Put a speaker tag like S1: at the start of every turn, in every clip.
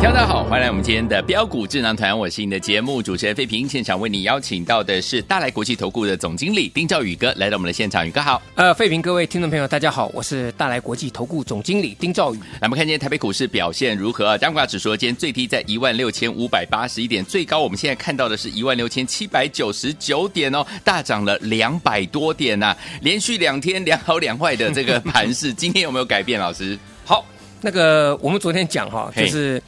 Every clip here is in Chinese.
S1: 听众大家好，欢迎来我们今天的标股智囊团，我是你的节目主持人费平。现场为你邀请到的是大来国际投顾的总经理丁兆宇哥来到我们的现场，宇哥好。
S2: 呃，废评各位听众朋友，大家好，我是大来国际投顾总经理丁兆宇。
S1: 来，我们看今天台北股市表现如何？加挂指数今天最低在16,581点，最高我们现在看到的是16,799点哦，大涨了两百多点呐、 连续两天两好两坏的这个盘势，今天有没有改变？老师，
S2: 好，那个我们昨天讲哈，
S1: 嘿
S2: 就是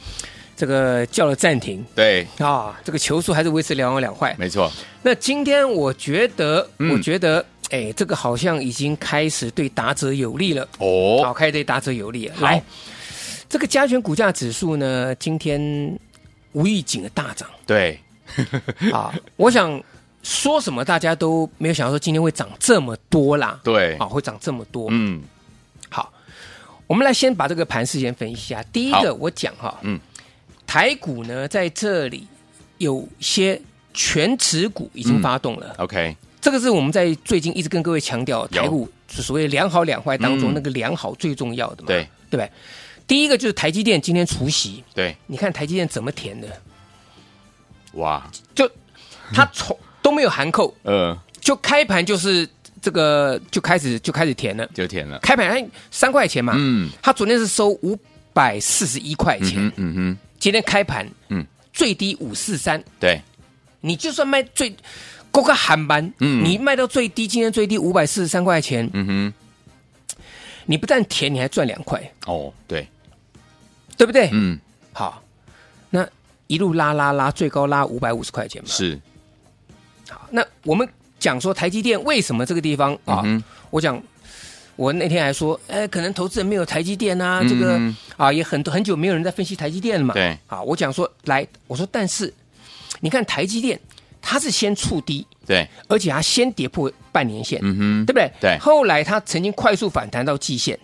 S2: 这个叫了暂停
S1: 对，
S2: 啊，这个球数还是维持两好两坏。
S1: 没错，
S2: 那今天我觉得，
S1: 嗯
S2: 我觉得，哎，这个好像已经开始对打者有利了，好，
S1: 哦，
S2: 开始对打者有利了。
S1: 好
S2: 来，这个加权股价指数呢，今天无预警的大 涨
S1: 对，
S2: 啊，我想说什么，大家都没有想到说今天会涨这么多啦，
S1: 对
S2: 啊，，会涨这么多，
S1: 嗯，
S2: 好，我们来先把这个盘事先分析一下。第一
S1: 好
S2: 个，我讲哈，
S1: 嗯
S2: 嗯，台股呢在这里有些全持股已
S1: 嗯
S2: 经发动了，
S1: OK，
S2: 这个是我们在最近一直跟各位强调，
S1: 有
S2: 台股所谓良好两坏当中，
S1: 嗯
S2: 那个良好最重要的嘛，
S1: 对
S2: 对不对？第一个就是台积电今天除夕，
S1: 对，
S2: 你看台积电怎么填的，
S1: 哇，
S2: 就它从都没有含扣，
S1: 呃，
S2: 就开盘就是这个就开始就开始填了，
S1: 就甜了，
S2: 开盘哎三块钱嘛，
S1: 嗯
S2: 它昨天是收五百四十一块钱，
S1: 嗯哼嗯哼，
S2: 今天开盘，
S1: 嗯
S2: 嗯，最低五四三，
S1: 对，
S2: 你就算卖最高个韩版，
S1: 嗯
S2: 嗯，你卖到最低，今天最低五百四十三块钱，
S1: 嗯
S2: 你不但甜，你还赚两块，
S1: 哼，哦，对，
S2: 对不对？
S1: 嗯，
S2: 好，那一路拉拉拉，最高拉五百五十块钱嘛。
S1: 是，
S2: 好，那我们讲说台积电为什么这个地方啊？
S1: 嗯哼
S2: 我讲。我那天还说，哎，可能投资人没有台积电啊，这个
S1: 嗯
S2: 啊也很很久没有人在分析台积电了嘛。
S1: 对，
S2: 啊，我讲说来，我说但是你看台积电，它是先触低，
S1: 对，
S2: 而且它先跌破半年线，
S1: 嗯
S2: 对不对？
S1: 对
S2: 后来它曾经快速反弹到季线，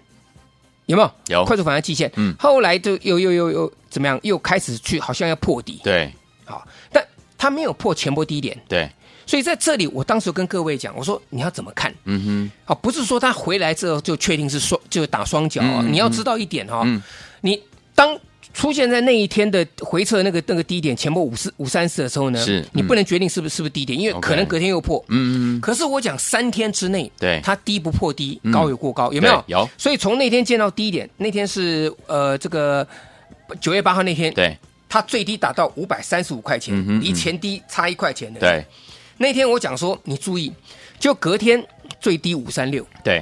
S2: 有没有？
S1: 有
S2: 快速反弹季线，
S1: 嗯
S2: 后来就又又又又怎么样？又开始去好像要破底
S1: 哼，，对
S2: 好，但它没有破前波低点，
S1: 对，
S2: 所以在这里我当时跟各位讲，我说你要怎么看？
S1: 嗯
S2: 啊，不是说他回来之后就确定是双就打双脚啊、
S1: 嗯嗯
S2: 你要知道一点哈、
S1: 嗯
S2: 你当出现在那一天的回撤那个那个低点前波五四五三四的时候呢，
S1: 是
S2: 你
S1: 嗯
S2: 不能决定是不是是不是低点，因为
S1: OK
S2: 可能隔天又破。
S1: 哼，嗯，
S2: 可是我讲三天之内，
S1: 对
S2: 它低不破低
S1: 嗯，
S2: 高有过高，有没有
S1: 对？有
S2: 所以从那天见到低点，那天是呃这个九月八号那天，
S1: 对
S2: 它最低打到五百三十五块钱
S1: 嗯哼，
S2: 离
S1: 嗯
S2: 前低差一块钱的。
S1: 对
S2: 那天我讲说，你注意，就隔天最低五三六，
S1: 对，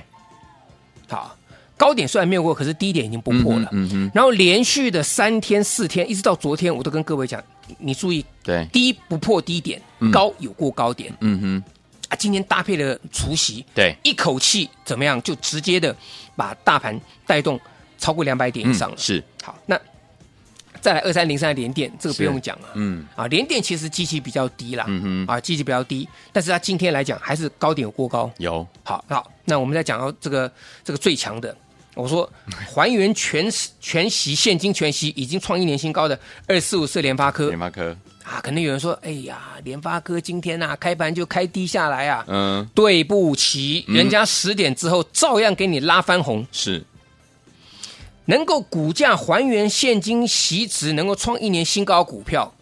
S2: 好，高点虽然没有过，可是低点已经不破了。
S1: 嗯哼，
S2: 然后连续的三天四天，一直到昨天，我都跟各位讲，你注意
S1: 对，
S2: 低不破低点，高有过高点、
S1: 嗯哼，
S2: 啊。今天搭配了除夕，
S1: 对，
S2: 一口气怎么样就直接的把大盘带动超过两百点以上了。
S1: 嗯是，
S2: 好，那再来二三零三的连电，这个
S1: 是
S2: 不用讲了。
S1: 嗯
S2: 啊，联电其实基期比较低啦，
S1: 嗯哼，
S2: 啊，基期比较低，但是它今天来讲还是高点有过高，
S1: 有，
S2: 好，好，那我们再讲到这个这个最强的，我说还原全息全息现金全息已经创一年新高的二四五四联发科
S1: 联发科，
S2: 啊，可能有人说，哎呀，联发科今天呐、开盘就开低下来啊，
S1: 嗯，
S2: 对不起，
S1: 嗯
S2: 人家十点之后照样给你拉翻红，
S1: 是，
S2: 能够股价还原现金息值能够创一年新高股票。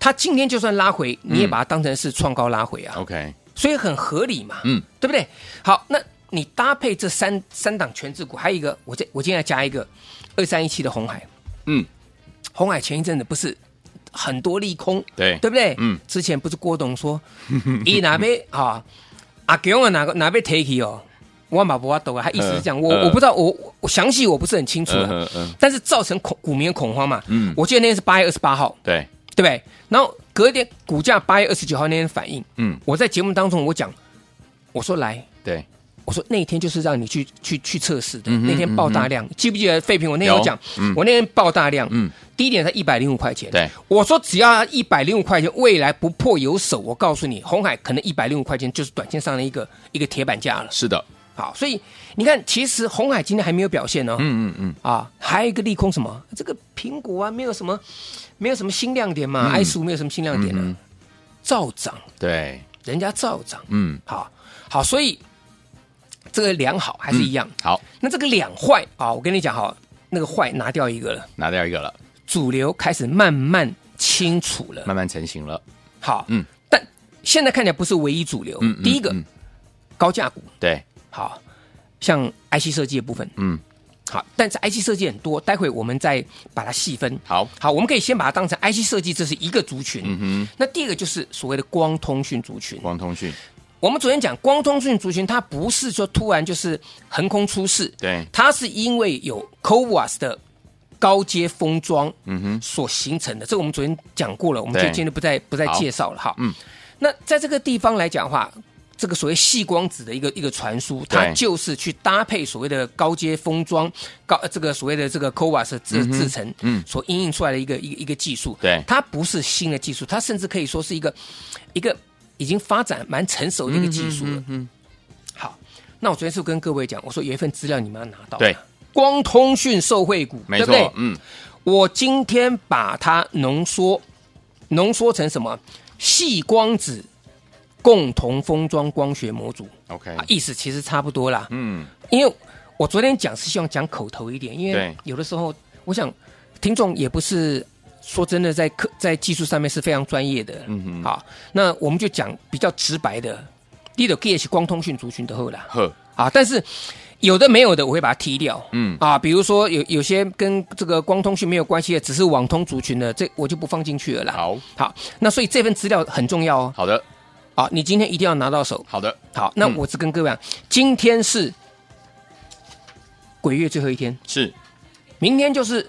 S2: 它今天就算拉回，你也把它当成是创高拉回啊，
S1: OK，
S2: 所以很合理嘛。
S1: 嗯，
S2: 对不对？好，那你搭配这三三档全指股，还有一个，我这我今天要加一个二三一七的红海。
S1: 嗯，
S2: 红海前一阵子不是很多利空，
S1: 对
S2: 对不对？
S1: 嗯，
S2: 之前不是郭董说， 伊哪边啊阿强啊哪个哪边 take 哦，我马不阿斗啊，他意思是这样，
S1: 呃
S2: 我
S1: 呃
S2: 我不知道，我我我详细我不是很清楚啊、
S1: 嗯嗯嗯
S2: 但是造成恐股民的恐慌嘛。
S1: 嗯
S2: 我记得那天是八月二十八号，
S1: 对，
S2: 对不对？然后隔天股价八月二十九号那天反应，
S1: 嗯，
S2: 我在节目当中我讲，我说来，
S1: 对，
S2: 我说那天就是让你去去去测试的，
S1: 嗯哼
S2: 那天爆大量，记不记得废品？我那天
S1: 有
S2: 有讲，
S1: 嗯
S2: 我那天爆大量，
S1: 嗯
S2: 低点才一百零五块钱，
S1: 对，
S2: 我说只要一百零五块钱，未来不破有手，我告诉你，红海可能一百零五块钱就是短线上的一个一个铁板价了。
S1: 是的，
S2: 好，所以你看，其实红海今天还没有表现呢、
S1: 嗯嗯嗯，
S2: 啊，还有一个利空什么？这个苹果啊，没有什么，没有什么新亮点嘛、
S1: 嗯
S2: i 十五没有什么新亮点啊，
S1: 嗯
S2: 照涨，
S1: 对，
S2: 人家照涨，
S1: 嗯，
S2: 好好，所以这个良好还是一样。
S1: 好，
S2: 那这个两坏啊，我跟你讲哈，那个坏拿掉一个了，
S1: 拿掉一个了，
S2: 主流开始慢慢清楚了。
S1: 慢慢成型了，
S2: 好，
S1: 嗯，
S2: 但现在看起来不是唯一主流。
S1: 嗯嗯
S2: 第一个、
S1: 嗯
S2: 高价股，
S1: 对，
S2: 好像 IC 设计的部分，
S1: 嗯，
S2: 好，但是 IC 设计很多，待会我们再把它细分。
S1: 好，
S2: 好，我们可以先把它当成 IC 设计，这是一个族群。
S1: 嗯
S2: 那第二个就是所谓的光通讯族群
S1: 哼，。光通讯，
S2: 我们昨天讲光通讯族群，它不是说突然就是横空出世，
S1: 对
S2: 它是因为有 CoWAS 的高阶封装，
S1: 嗯哼，
S2: 所形成的。这个我们昨天讲过了，我们
S1: 对
S2: 就今天不再不再
S1: 好
S2: 介绍了哈。
S1: 嗯，
S2: 那在这个地方来讲的话，这个所谓细光子的一个一个传输，它
S1: 对
S2: 就是去搭配所谓的高阶封装高呃这个所谓的这个 CoWAS 制制成，
S1: 嗯
S2: 嗯，所应用出来的一个一个一个技术。
S1: 对
S2: 它不是新的技术，它甚至可以说是一个一个已经发展蛮成熟的一个技术了。
S1: 嗯，
S2: 好，那我昨天是不是跟各位讲，我说有一份资料你们要拿到，
S1: 对，
S2: 光通讯受惠股，
S1: 没
S2: 对不对
S1: 错，？嗯，
S2: 我今天把它浓缩，浓缩成什么？细光子共同封装光学模组
S1: OK，
S2: 啊，意思其实差不多啦。
S1: 嗯，
S2: 因为我昨天讲是希望讲口头一点，因为
S1: 对
S2: 有的时候我想听众也不是说真的在科在技术上面是非常专业的，
S1: 嗯哼
S2: 好，那我们就讲比较直白的，第一个 G H 光通讯族群的后啦，
S1: 呵，
S2: 啊，但是有的没有的我会把它踢掉，
S1: 嗯，
S2: 啊，比如说有有些跟这个光通讯没有关系的，只是网通族群的，这我就不放进去了啦。
S1: 好，
S2: 好，那所以这份资料很重要哦。
S1: 好的，
S2: 啊，你今天一定要拿到手。
S1: 好的，
S2: 好，那
S1: 嗯
S2: 我只跟各位讲，今天是鬼月最后一天，
S1: 是，
S2: 明天就是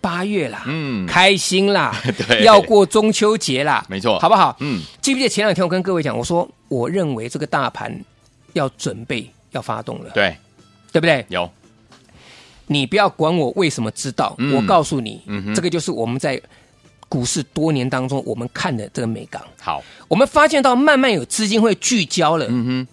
S2: 八月啦，
S1: 嗯，，
S2: 开心啦
S1: 对
S2: 要过中秋节啦，
S1: 没错
S2: 好不好？
S1: 嗯，
S2: 记不记得前两天我跟各位讲，我说我认为这个大盘要准备要发动了，
S1: 对，
S2: 对不对？
S1: 有，
S2: 你不要管我为什么知道，
S1: 嗯
S2: 我告诉你，
S1: 嗯哼
S2: 这个就是我们在股市多年当中我们看的这个美港，
S1: 好，
S2: 我们发现到慢慢有资金会聚焦了。
S1: 嗯哼，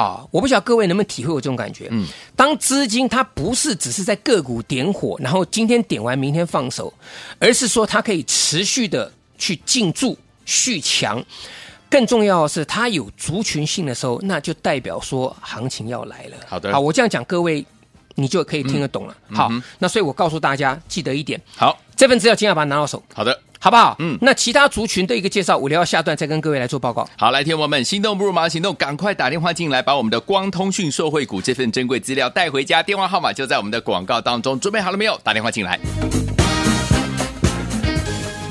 S2: 啊，我不晓得各位能不能体会我这种感觉。
S1: 嗯，
S2: 当资金它不是只是在个股点火，然后今天点完明天放手，而是说它可以持续的去进驻续强。更重要的是，它有族群性的时候，那就代表说行情要来了。
S1: 好的嗯
S2: 好，我这样讲，各位你就可以听得懂了。好，那所以我告诉大家，记得一点，
S1: 好，
S2: 这份资料尽量把它拿到手，
S1: 好的。
S2: 好不好？
S1: 嗯
S2: 那其他族群的一个介绍，我留到下段再跟各位来做报告。
S1: 好，来，听众朋友们，心动不如马上行动，赶快打电话进来，把我们的光通讯社会股这份珍贵资料带回家，电话号码就在我们的广告当中，准备好了没有？打电话进来。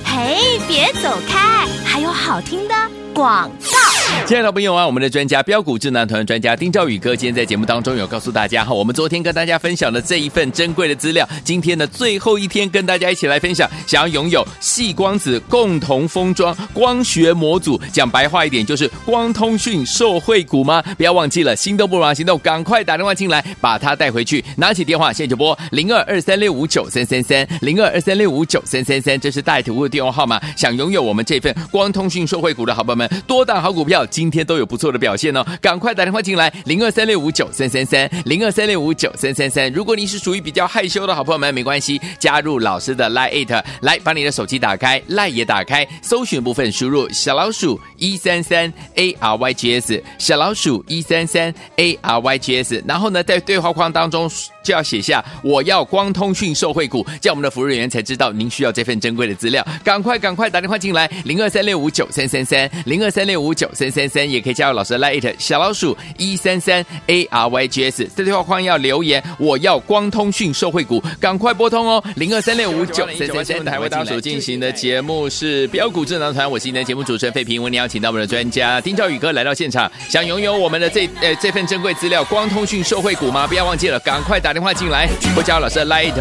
S3: 嘿，别走开，还有好听的广告。
S1: 亲爱的朋友啊，我们的专家标股智囊团专家丁兆宇哥，今天在节目当中有告诉大家哈，我们昨天跟大家分享的这一份珍贵的资料，今天呢最后一天跟大家一起来分享，想要拥有细光子共同封装光学模组，讲白话一点就是光通讯受惠股吗？不要忘记了，心动不如马上行动，赶快打电话进来，把它带回去，拿起电话现在就拨零二二三六五九三三三零二二三六五九三三三，这是带图的电话号码，想拥有我们这份光通讯受惠股的好朋友们，多档好股票今天都有不错的表现哦，赶快打电话进来，零二三六五九三三三，零二三六五九三三三。如果你是属于比较害羞的好朋友们，没关系，加入老师的 Line It，来把你的手机打开，Line 也打开，搜寻部分输入小老鼠一三三 A R Y G S，小老鼠一三三 A R Y G S，然后呢，在对话框当中就要写下我要光通讯受惠股，这样我们的服务人员才知道您需要这份珍贵的资料。赶快赶快打电话进来，零二三六五九三三三，零二三六五九三三三，也可以加入老师的 Lite 小老鼠一三三 A R Y G S，在对话框要留言我要光通讯受惠股，赶快拨通哦，零二三六五九三三三。台湾当所进行的节目是标股智囊团，我是您的节目主持人费平，为您邀请到我们的专家丁兆宇哥来到现场，想拥有我们的这呃这份珍贵资料，光通讯受惠股吗？不要忘记了，赶快打电话进来，或加入老师的 Lite。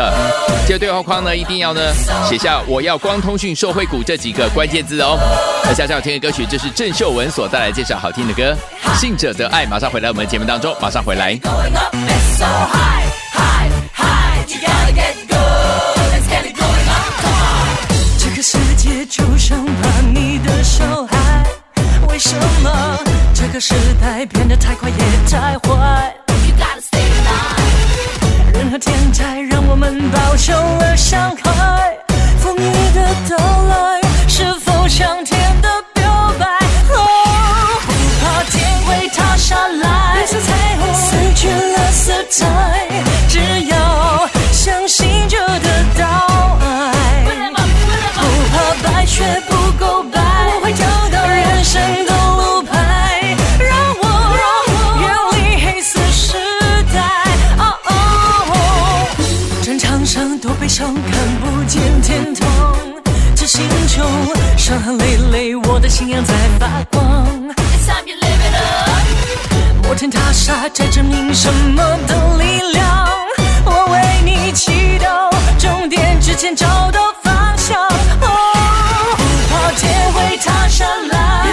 S1: 这个对话框呢，一定要呢写下我要光通讯受惠股这几个关键字哦。那下上要听的歌曲就是郑秀文所带来介绍好听的歌《信者得爱》，马上回来我们的节目当中，马上回来。
S4: going up is so high, high, high. You gotta get good. Let's get it going up. Come on. 这个世界就像把你的手害，为什么这个时代变得太快也太坏？You gotta stay alive。人和天灾让我们饱受了伤害，风雨的到来是否上天的表白？哦，不怕天会塌下来，变成彩虹，失去了色彩，只要相信就得到爱。不怕白却不够白，我会找到人生的路牌，让我远离黑色时代。哦哦，战场上多悲伤，看不见天堂，这星球伤痕累累，我的信仰在发光。摩天大厦在证明什么的力量？我为你祈祷，终点之前找到方向。哦，不怕天会塌下来，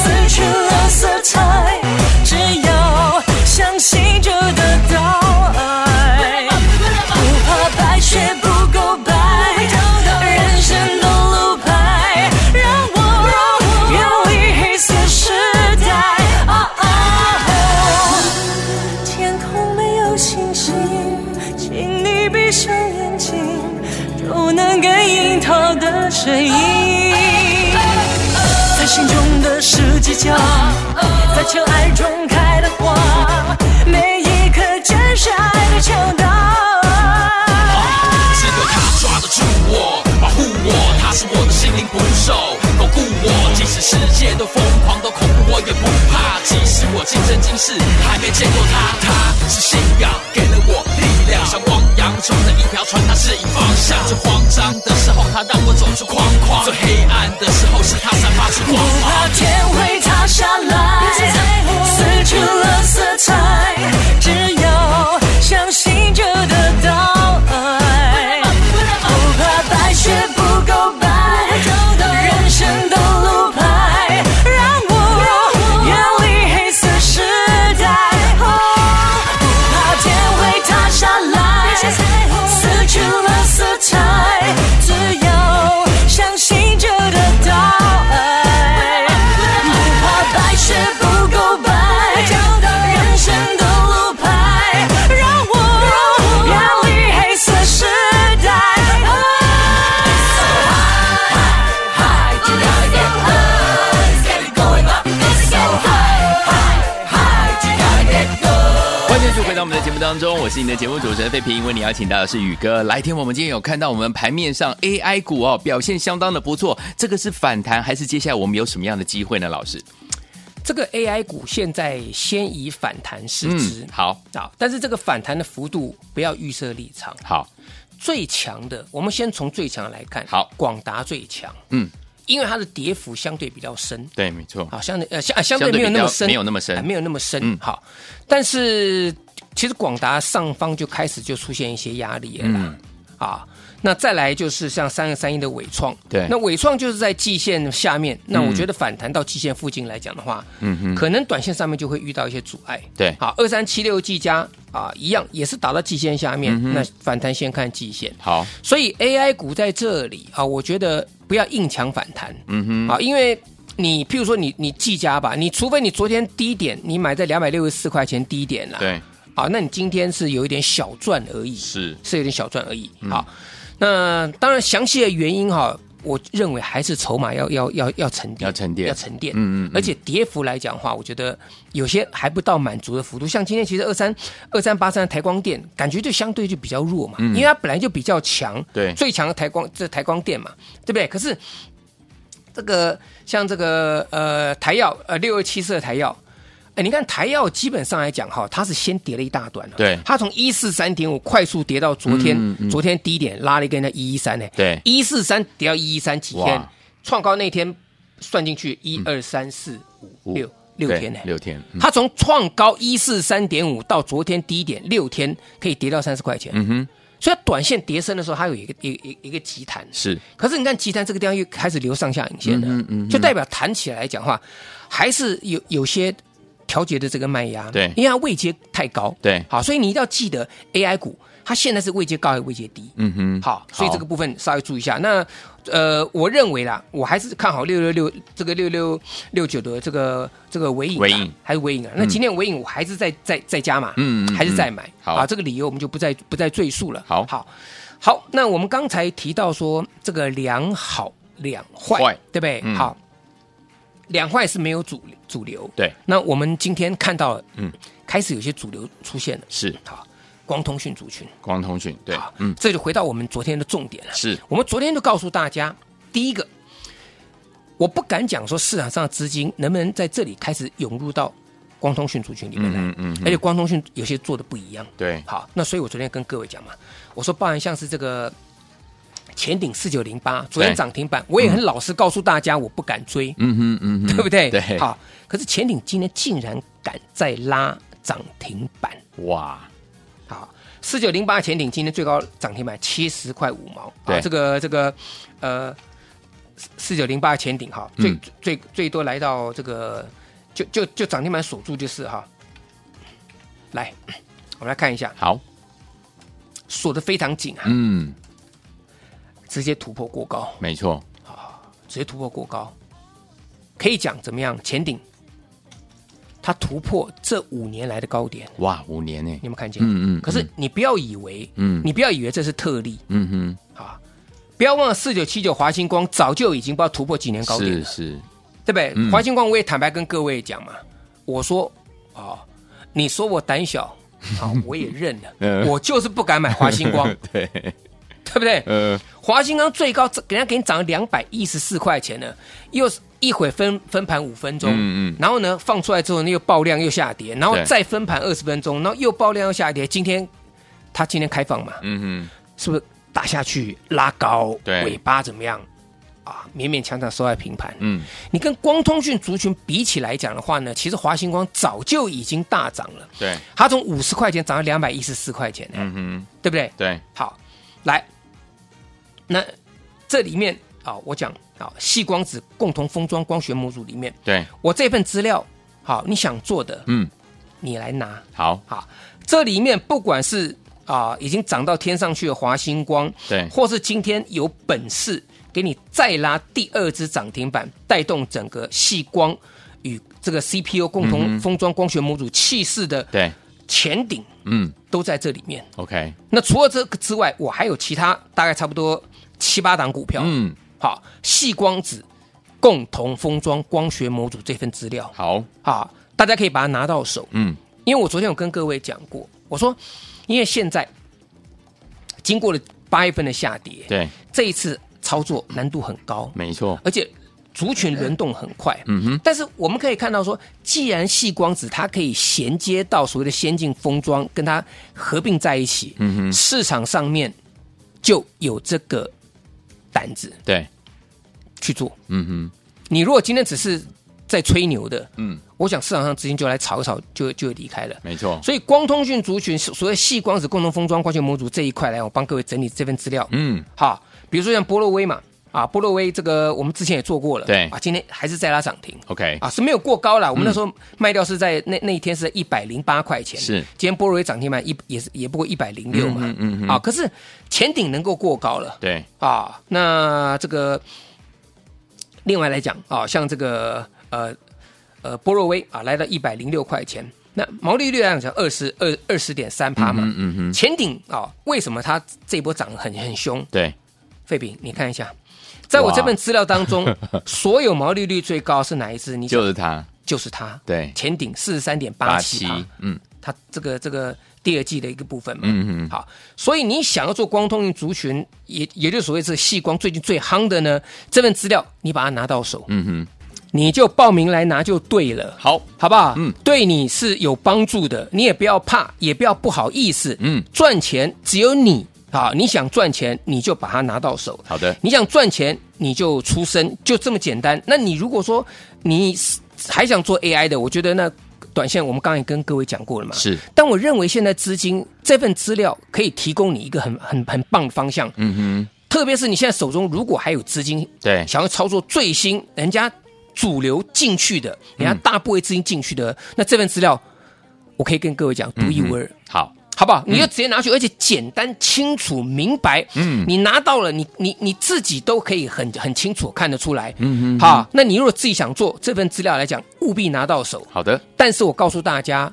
S4: 失去了色彩，只要相信就得到爱。不怕白却不够白，人生的路牌让我远离黑色时代。啊啊哦天空没有星星，请你闭上眼睛，都能给樱桃的声音。在心中的十字架，在尘埃中开的花，每一颗真实爱的强大。
S5: 只有他抓得住我，保护我，他是我的心灵捕手，巩固我。即使世界都疯狂，都恐怖，我也不怕。即使我今生今世还没见过他，他是信仰，给了我力量。像汪洋中的一条船，他指引方向。最慌张的时候，他让我走出框框；最黑暗的时候，是他散发出光
S4: 不
S5: 芒。
S4: 怕天会塌下来，失去了色彩，只要相信就得到爱。不怕白却不够白，人生的路牌让我远离黑色时代。哦不怕天会塌下来，失去了色彩，只要相信就得到爱。不怕白却不够白，人生的路牌让我远离黑色时代。
S1: 欢迎继续回到我们的节目当中，我是你的节目主持人费平，为你邀请到的是宇哥。来天，我们今天有看到我们盘面上 AI 股哦，表现相当的不错，这个是反弹还是接下来我们有什么样的机会呢？老师，
S2: 这个 AI 股现在先以反弹市值、
S1: 嗯好
S2: 啊，但是这个反弹的幅度不要预设立场。
S1: 好，
S2: 最强的，我们先从最强来看。
S1: 好
S2: 广达最强，
S1: 嗯，
S2: 因为它的跌幅相对比较深，
S1: 对，没错，
S2: 好，相对呃相啊相对
S1: 相对
S2: 没有
S1: 比
S2: 那么
S1: 较
S2: 深，
S1: 没有那么深
S2: 啊没有那么深。
S1: 嗯
S2: 好，但是其实广达上方就开始就出现一些压力了
S1: 嗯
S2: 啦。啊，那再来就是像三二三一的伟创，
S1: 对嗯
S2: 那伟创就是在季线下面，那我觉得反弹到季线附近来讲的话，嗯哼，可能短线上面就会遇到一些阻碍。
S1: 对
S2: 好，二三七六季佳啊，一样也是打到季线下面，
S1: 嗯
S2: 那反弹先看季线。
S1: 好，
S2: 所以 AI 股在这里啊，我觉得不要硬抢反弹，嗯哼，啊，因为你譬如说你你技嘉吧，你除非你昨天低点你买在两百六十四块钱低点了，，
S1: 对，
S2: 啊，那你今天是有一点小赚而已，
S1: 是嗯
S2: 是有点小赚而已，好，那当然详细的原因哈、我认为还是筹码要要要要沉淀，
S1: 要沉淀
S2: 要沉淀，
S1: 嗯嗯嗯
S2: 而且跌幅来讲的话，我觉得有些还不到满足的幅度。像今天其实二三二三八三台光电，感觉就相对就比较弱嘛，因为它本来就比较强，
S1: 嗯对
S2: 最强的台光这台光电嘛，对不对？可是这个像这个呃台药呃六二七四的台药。哎，你看台药基本上来讲哈，它是先跌了一大段了
S1: 对嗯
S2: 它从一四三点五快速跌到昨天，昨天低点拉了一根在一一三呢，
S1: 对
S2: 一四三跌到一一三几天
S1: 哇，嗯
S2: 创高那天算进去一二三四五六六
S1: 对
S2: 天呢，
S1: 六天，嗯
S2: 它从创高一四三点五到昨天低点六天，可以跌到三十块钱。嗯哼，所以它短线跌升的时候，它有一个一一一个急弹。
S1: 是
S2: 可是你看急弹这个地方又开始留上下影线了，
S1: 嗯哼嗯哼
S2: 就代表弹起来来讲话，还是有有些调节的这个卖压。
S1: 对
S2: 因为它位阶太高。
S1: 对
S2: 好，所以你一定要记得 AI 股它现在是位阶高还是位阶低。
S1: 嗯哼，
S2: 好，所以这个部分稍微注意一下。那呃，我认为啦，我还是看好六六六这个六六六九的这个这个尾影、啊，
S1: 尾影嗯
S2: 还是尾影啊。那今天尾影我还是在在在加码，
S1: 嗯嗯嗯
S2: 还是在买。
S1: 好
S2: 啊，这个理由我们就不再不再赘述了。
S1: 好
S2: 好，好。那我们刚才提到说这个两好两坏，
S1: 坏
S2: 对不对？
S1: 嗯
S2: 好，两坏是没有主主流。
S1: 对，
S2: 那我们今天看到了，
S1: 嗯
S2: 嗯，开始有些主流出现了。
S1: 是
S2: 好，光通讯族群。
S1: 光通讯，对
S2: 好，
S1: 嗯，
S2: 这就回到我们昨天的重点了。
S1: 是
S2: 我们昨天就告诉大家，第一个，我不敢讲说市场上的资金能不能在这里开始涌入到光通讯族群里面来，
S1: 嗯嗯嗯嗯
S2: 而且光通讯有些做的不一样。
S1: 对，
S2: 好，那所以我昨天跟各位讲嘛，我说包含像是这个前顶四九零八，昨天
S1: 对
S2: 涨停板，我也很老实告诉大家，我不敢追，
S1: 嗯哼嗯哼，
S2: 对不对？
S1: 对，，
S2: 好，可是前顶今天竟然敢再拉涨停板，
S1: 哇，
S2: 好，四九零八前顶今天最高涨停板七十块五毛，
S1: 对
S2: 啊，这个这个呃四九零八前顶哈，最、
S1: 嗯
S2: 最最多来到这个就就就涨停板锁住就是哈，来我们来看一下，
S1: 好，
S2: 锁的非常紧啊，
S1: 嗯，
S2: 直接突破过高，
S1: 没错，
S2: 直接突破过高，可以讲怎么样？前顶它突破这五年来的高点，
S1: 哇，五年呢
S2: 你，有没有看见？
S1: 嗯嗯，
S2: 可是
S1: 嗯，
S2: 你不要以为，
S1: 嗯
S2: 你不要以为这是特例，
S1: 嗯
S2: 啊，不要忘了四九七九华星光早就已经不知道突破几年
S1: 哼，
S2: 高点
S1: 是
S2: 了，
S1: 是，
S2: 对不对？
S1: 嗯
S2: 华星光我也坦白跟各位讲嘛，我说哦，你说我胆小，好，我也认了，
S1: 嗯
S2: 我就是不敢买华 星光，
S1: 对，
S2: 对不对？
S1: 呃，
S2: 华星光最高给人家给你涨了两百一十四块钱呢，又是一会分分盘五分钟，
S1: 嗯嗯
S2: 然后呢放出来之后呢又爆量又下跌，然后
S1: 对
S2: 再分盘二十分钟，然后又爆量又下跌。今天它今天开放嘛，
S1: 嗯哼，
S2: 是不是打下去拉高，
S1: 对
S2: 尾巴怎么样啊？勉勉强强收在平盘。
S1: 嗯，
S2: 你跟光通讯族群比起来讲的话呢，其实华星光早就已经大涨了，
S1: 对，
S2: 它从五十块钱涨到两百一十四块钱呢，
S1: 嗯哼，
S2: 对不对？
S1: 对，
S2: 好，来，那这里面啊，我讲啊，细光子共同封装光学模组里面，
S1: 对，
S2: 我这份资料，好，你想做的，
S1: 嗯，
S2: 你来拿。
S1: 好，
S2: 好，这里面不管是啊、已经涨到天上去的华星光，
S1: 对
S2: 或是今天有本事给你再拉第二只涨停板，带动整个细光与这个 CPU 共同封装光学模组气势的
S1: 嗯对，
S2: 前顶
S1: 嗯
S2: 都在这里面。
S1: ，OK，
S2: 那除了这个之外，我还有其他大概差不多七八档股票，，
S1: 嗯，
S2: 好，细光子共同封装光学模组这份资料，
S1: 好，
S2: 啊，大家可以把它拿到手，
S1: 嗯，
S2: 因为我昨天有跟各位讲过，我说，因为现在经过了八月份的下跌，
S1: 对，
S2: 这一次操作难度很高，
S1: 没错，
S2: 而且族群轮动很快。
S1: 嗯哼，
S2: 但是我们可以看到说，既然细光子它可以衔接到所谓的先进封装，跟它合并在一起，
S1: 嗯哼
S2: 市场上面就有这个胆子
S1: 对，
S2: 去做。
S1: 嗯哼，
S2: 你如果今天只是在吹牛的，
S1: 嗯，
S2: 我想市场上资金就来炒一炒，就就离开了。
S1: 没错，
S2: 所以光通讯族群所谓细光子共同封装光学模组这一块来，我帮各位整理这份资料。
S1: 嗯，
S2: 好，比如说像波洛威嘛，啊，波洛威这个我们之前也做过了，
S1: 对嗯
S2: 啊，今天还是在拉涨停
S1: OK，
S2: 啊，是没有过高啦。我们那时候卖掉是在、那那一天是一百零八块钱，
S1: 是
S2: 今天波洛威涨停板一也是也不过一百零六嘛，
S1: 嗯嗯嗯嗯
S2: 啊，可是前顶能够过高了，
S1: 对，
S2: 啊，那这个另外来讲啊，像这个呃呃波若威啊，来到一百零六块钱，那毛利率来讲二十二二十点三趴嘛，
S1: 嗯哼，
S2: 前顶啊，为什么它这一波涨得很很凶？
S1: 对，
S2: 费饼，你看一下，在我这份资料当 中，所有毛利率最高是哪一支？你就
S1: 就是他，
S2: 就是它，
S1: 对，
S2: 前顶四十三点八
S1: 八
S2: 七
S1: 七
S2: 趴。，
S1: 嗯，
S2: 它这个这个第二季的一个部分嘛。
S1: 嗯嗯
S2: 好，所以你想要做光通讯族群，也也就是所谓这个细光最近最夯的呢，这份资料你把它拿到手，
S1: 嗯哼，
S2: 你就报名来拿就对了。
S1: 好，
S2: 好不好？
S1: 嗯
S2: 对你是有帮助的，你也不要怕，也不要不好意思。
S1: 嗯
S2: 赚钱只有你啊，你想赚钱你就把它拿到手。
S1: 好的
S2: 你想赚钱你就出声，就这么简单。那你如果说你是还想做 AI 的，我觉得那短线我们刚才也跟各位讲过了嘛，
S1: 是。
S2: 但我认为现在资金这份资料可以提供你一个很很很棒的方向，
S1: 嗯
S2: 特别是你现在手中如果还有资金，
S1: 对嗯
S2: 想要操作最新人家主流进去的，人
S1: 嗯
S2: 家大部位资金进去的，那这份资料我可以跟各位讲独一无二。
S1: 嗯哼，好，
S2: 好不好？你就直接拿去，而且简单、清楚、明白。
S1: 嗯
S2: 嗯，你拿到了，你你你自己都可以很很清楚看得出来。嗯嗯，好，那你如果自己想做这份资料来讲，务必拿到手。
S1: 好的，
S2: 但是我告诉大家，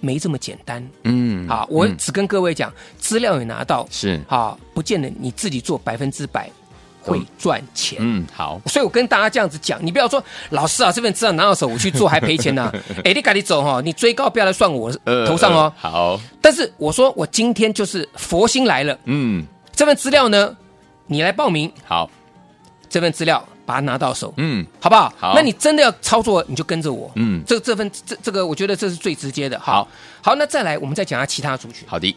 S2: 没这么简单。
S1: 嗯，
S2: 好，我
S1: 嗯
S2: 只跟各位讲，资料也拿到，
S1: 是，
S2: 好，不见得你自己做百分之百会赚钱。
S1: 嗯，好，
S2: 所以我跟大家这样子讲，你不要说老师啊，这份资料拿到手我去做还赔 钱呢、哎、你赶紧走哈、哦，你追高不要来算我头上哦。
S1: 呃好，
S2: 但是我说我今天就是佛心来了，
S1: 嗯，
S2: 这份资料呢，你来报名，
S1: 好，
S2: 这份资料把它拿到手，
S1: 嗯，
S2: 好不好？
S1: 好
S2: 那你真的要操作，你就跟着我，
S1: 嗯
S2: 这这份这这个，我觉得这是最直接的。
S1: 好，
S2: 好，那再来，我们再讲下其他族群，
S1: 好的，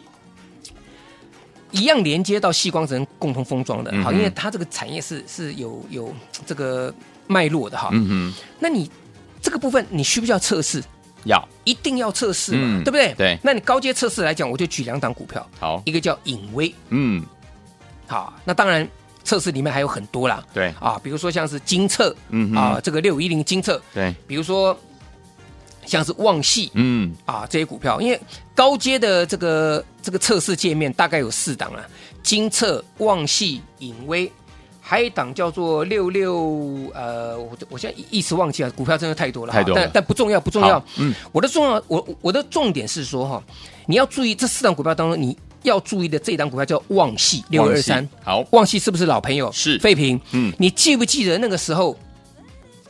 S2: 一样连接到细光子跟共同封装的，好，
S1: 嗯哼
S2: 因为它这个产业是是有有这个脉络的哈。
S1: 嗯哼，
S2: 那你这个部分，你需不需要测试？
S1: 要
S2: 一定要测试嘛，
S1: 嗯
S2: 对不对？
S1: 对
S2: 那你高阶测试来讲，我就举两档股票，
S1: 好，
S2: 一个叫隐微，
S1: 嗯，
S2: 好，那当然测试里面还有很多啦，
S1: 对
S2: 啊，比如说像是金测，
S1: 嗯哼
S2: 啊，这个六一零金测，
S1: 对，
S2: 比如说像是旺系
S1: 嗯，
S2: 啊这些股票，因为高阶的这个这个测试界面大概有四档啊，金测、旺系、隐微。还有一档叫做六六，呃，我我现在一一时忘记了，股票真的太多了哈，
S1: 太多了
S2: 但但不重要，不重要
S1: 好。嗯，
S2: 我的重要，我我的重点是说哈，你要注意这四档股票当中，你要注意的这一档股票叫旺系六二三，
S1: 忘记，好，
S2: 旺系是不是老朋友？
S1: 是
S2: 废品。
S1: 嗯
S2: 你记不记得那个时候，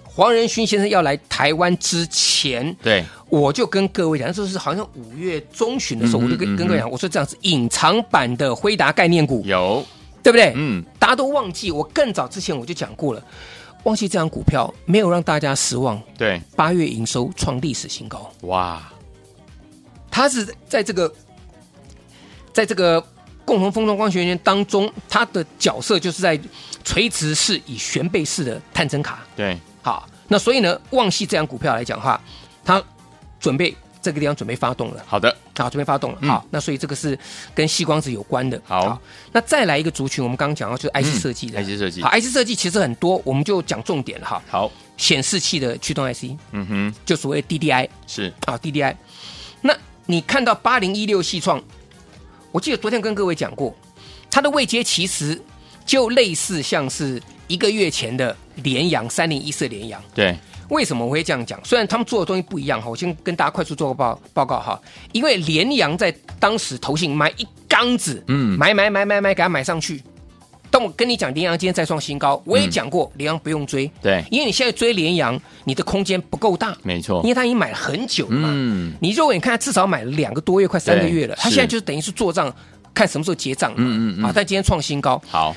S2: 黄仁勋先生要来台湾之前，
S1: 对，
S2: 我就跟各位讲，就是好像五月中旬的时
S1: 嗯
S2: 候，
S1: 哼
S2: 我就跟
S1: 嗯哼
S2: 跟各位讲，我说这样子隐藏版的辉达概念股，
S1: 有，
S2: 对不对？
S1: 嗯，
S2: 大家都忘记，我更早之前我就讲过了，忘记这张股票没有让大家失望，
S1: 对，
S2: 八月营收创历史新高，
S1: 哇，
S2: 它是在这个，在这个。共同封装光学元件当中，它的角色就是在垂直式以悬背式的探针卡，
S1: 对，
S2: 好，那所以呢，旺系这样股票来讲的话，它准备这个地方准备发动了，
S1: 好的，
S2: 好，准备发动了。
S1: 嗯
S2: 好，那所以这个是跟细光子有关的。
S1: 好
S2: 那再来一个族群，我们刚刚讲到就是
S1: 嗯
S2: IC 设计的、
S1: IC 设计
S2: 好，IC 设计其实很多，我们就讲重点了哈。
S1: 好，
S2: 显示器的驱动 IC，
S1: 嗯哼，
S2: 就所谓 DDI
S1: 是，
S2: 啊，DDI。那你看到八零一六系创，我记得昨天跟各位讲过，它的位阶其实就类似像是一个月前的联阳三零一四联阳。
S1: 对，
S2: 为什么我会这样讲？虽然他们做的东西不一样哈，我先跟大家快速做个报报告哈。因为联阳在当时投信买一缸子，
S1: 嗯
S2: 嗯，买买买买买，给它买上去。但我跟你讲，联阳今天再创新高，我也讲过，联阳不用追，
S1: 嗯对
S2: 因为你现在追联阳，你的空间不够大，
S1: 没错
S2: 因为他已经买了很久了嘛。
S1: 嗯
S2: 你如果你看，他至少买了两个多月，快三个
S1: 对
S2: 月了，他
S1: 是
S2: 现在就是等于是做账，看什么时候结账嘛。
S1: 嗯嗯嗯
S2: 啊，但今天创新高，
S1: 好，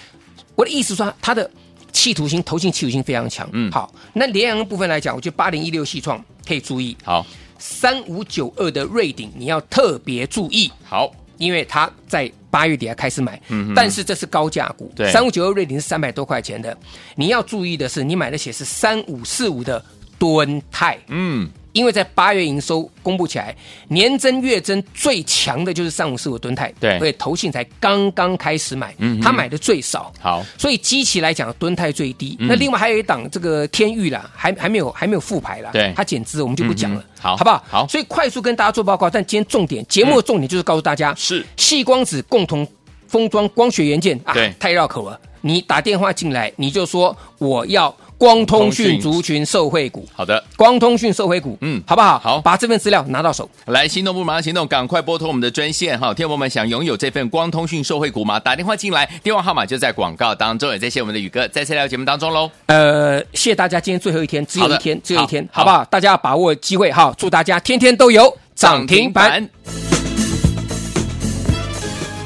S2: 我的意思说，它的企图心、投信企图心非常强。
S1: 嗯
S2: 好，那联阳的部分来讲，我觉得八零一六系创可以注意，
S1: 好，
S2: 三五九二的瑞鼎你要特别注意，
S1: 好，
S2: 因为它在八月底还开始买，嗯、但是这是高价股
S1: 对，
S2: 三五九二瑞鼎是三百多块钱的，你要注意的是，你买的鞋是三五四五的敦泰。
S1: 嗯，
S2: 因为在八月营收公布起来，年增月增最强的就是三五四五吨泰，
S1: 对
S2: 而且投信才刚刚开始买，
S1: 嗯哼
S2: 他买的最少，
S1: 好，嗯
S2: 所以基期来讲，吨泰最低。那另外还有一档这个天域啦，还还没有还没有复牌啦，
S1: 对
S2: 它减资我们就不讲了
S1: 嗯，哼好
S2: 好不好？
S1: 好嗯
S2: 所以快速跟大家做报告，但今天重点节目的重点就是告诉大家，
S1: 是
S2: 细光子共同封装光学元件啊
S1: 对，
S2: 太绕口了。你打电话进来，你就说我要光通
S1: 通讯
S2: 讯族群受惠股。
S1: 好的，
S2: 光通讯受惠股，
S1: 嗯
S2: 好不好？
S1: 好
S2: 把这份资料拿到手。
S1: 来，行动不如马上行动，赶快拨通我们的专线哈！天友们想拥有这份光通讯受惠股吗？打电话进来，电话号码就在广告当中，也在谢我们的宇哥在这条节目当中喽。
S2: 呃，谢谢大家，今天最后一天，只
S1: 好
S2: 有
S1: 的
S2: 一天，只有
S1: 好
S2: 一天，
S1: 好
S2: 好不好？大家要把握机会哈！祝大家天天都有涨停板。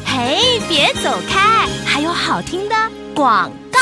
S3: 嘿，别走开，还有好听的广告。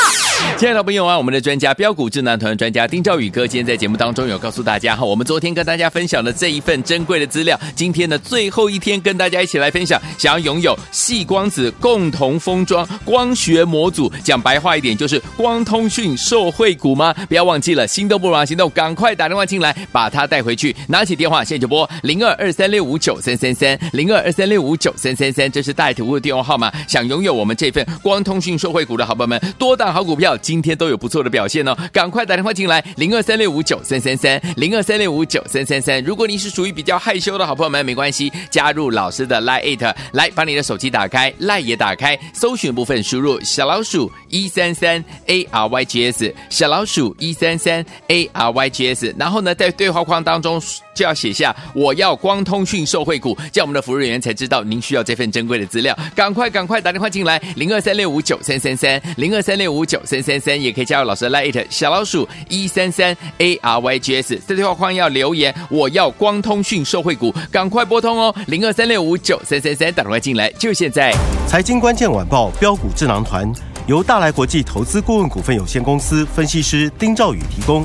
S1: 亲爱的朋友啊，我们的专家标股智囊团专家丁兆宇哥，今天在节目当中有告诉大家哈，我们昨天跟大家分享的这一份珍贵的资料，今天呢最后一天跟大家一起来分享，想要拥有细光子共同封装光学模组，讲白话一点就是光通讯受惠股吗？不要忘记了，心动不如马上行动，赶快打电话进来，把它带回去，拿起电话现在就拨零二二三六五九三三三零二二三六五九三三三，这是大图的电话号码，想拥有我们这份光通讯受惠股的好朋友们，多档好股票今天都有不错的表现哦，赶快打电话进来，零二三六五九三三三，零二三六五九三三三。如果你是属于比较害羞的好朋友们，没关系，加入老师的 Line It，来把你的手机打开，Line 也打开，搜寻部分输入小老鼠一三三 A R Y G S，小老鼠一三三 A R Y G S，然后呢，在对话框当中就要写下我要光通讯受惠股，这样我们的服务人员才知道您需要这份珍贵的资料。赶快赶快打电话进来，零二三六五九三三三，零二三六五九三三三，也可以加入老师的 Lite 小老鼠一三三 A R Y G S，在对话框要留言我要光通讯受惠股，赶快拨通哦，零二三六五九三三三，打电话进来就现在。
S6: 财经关键晚报标股智囊团由大来国际投资顾问股份有限公司分析师丁兆宇提供。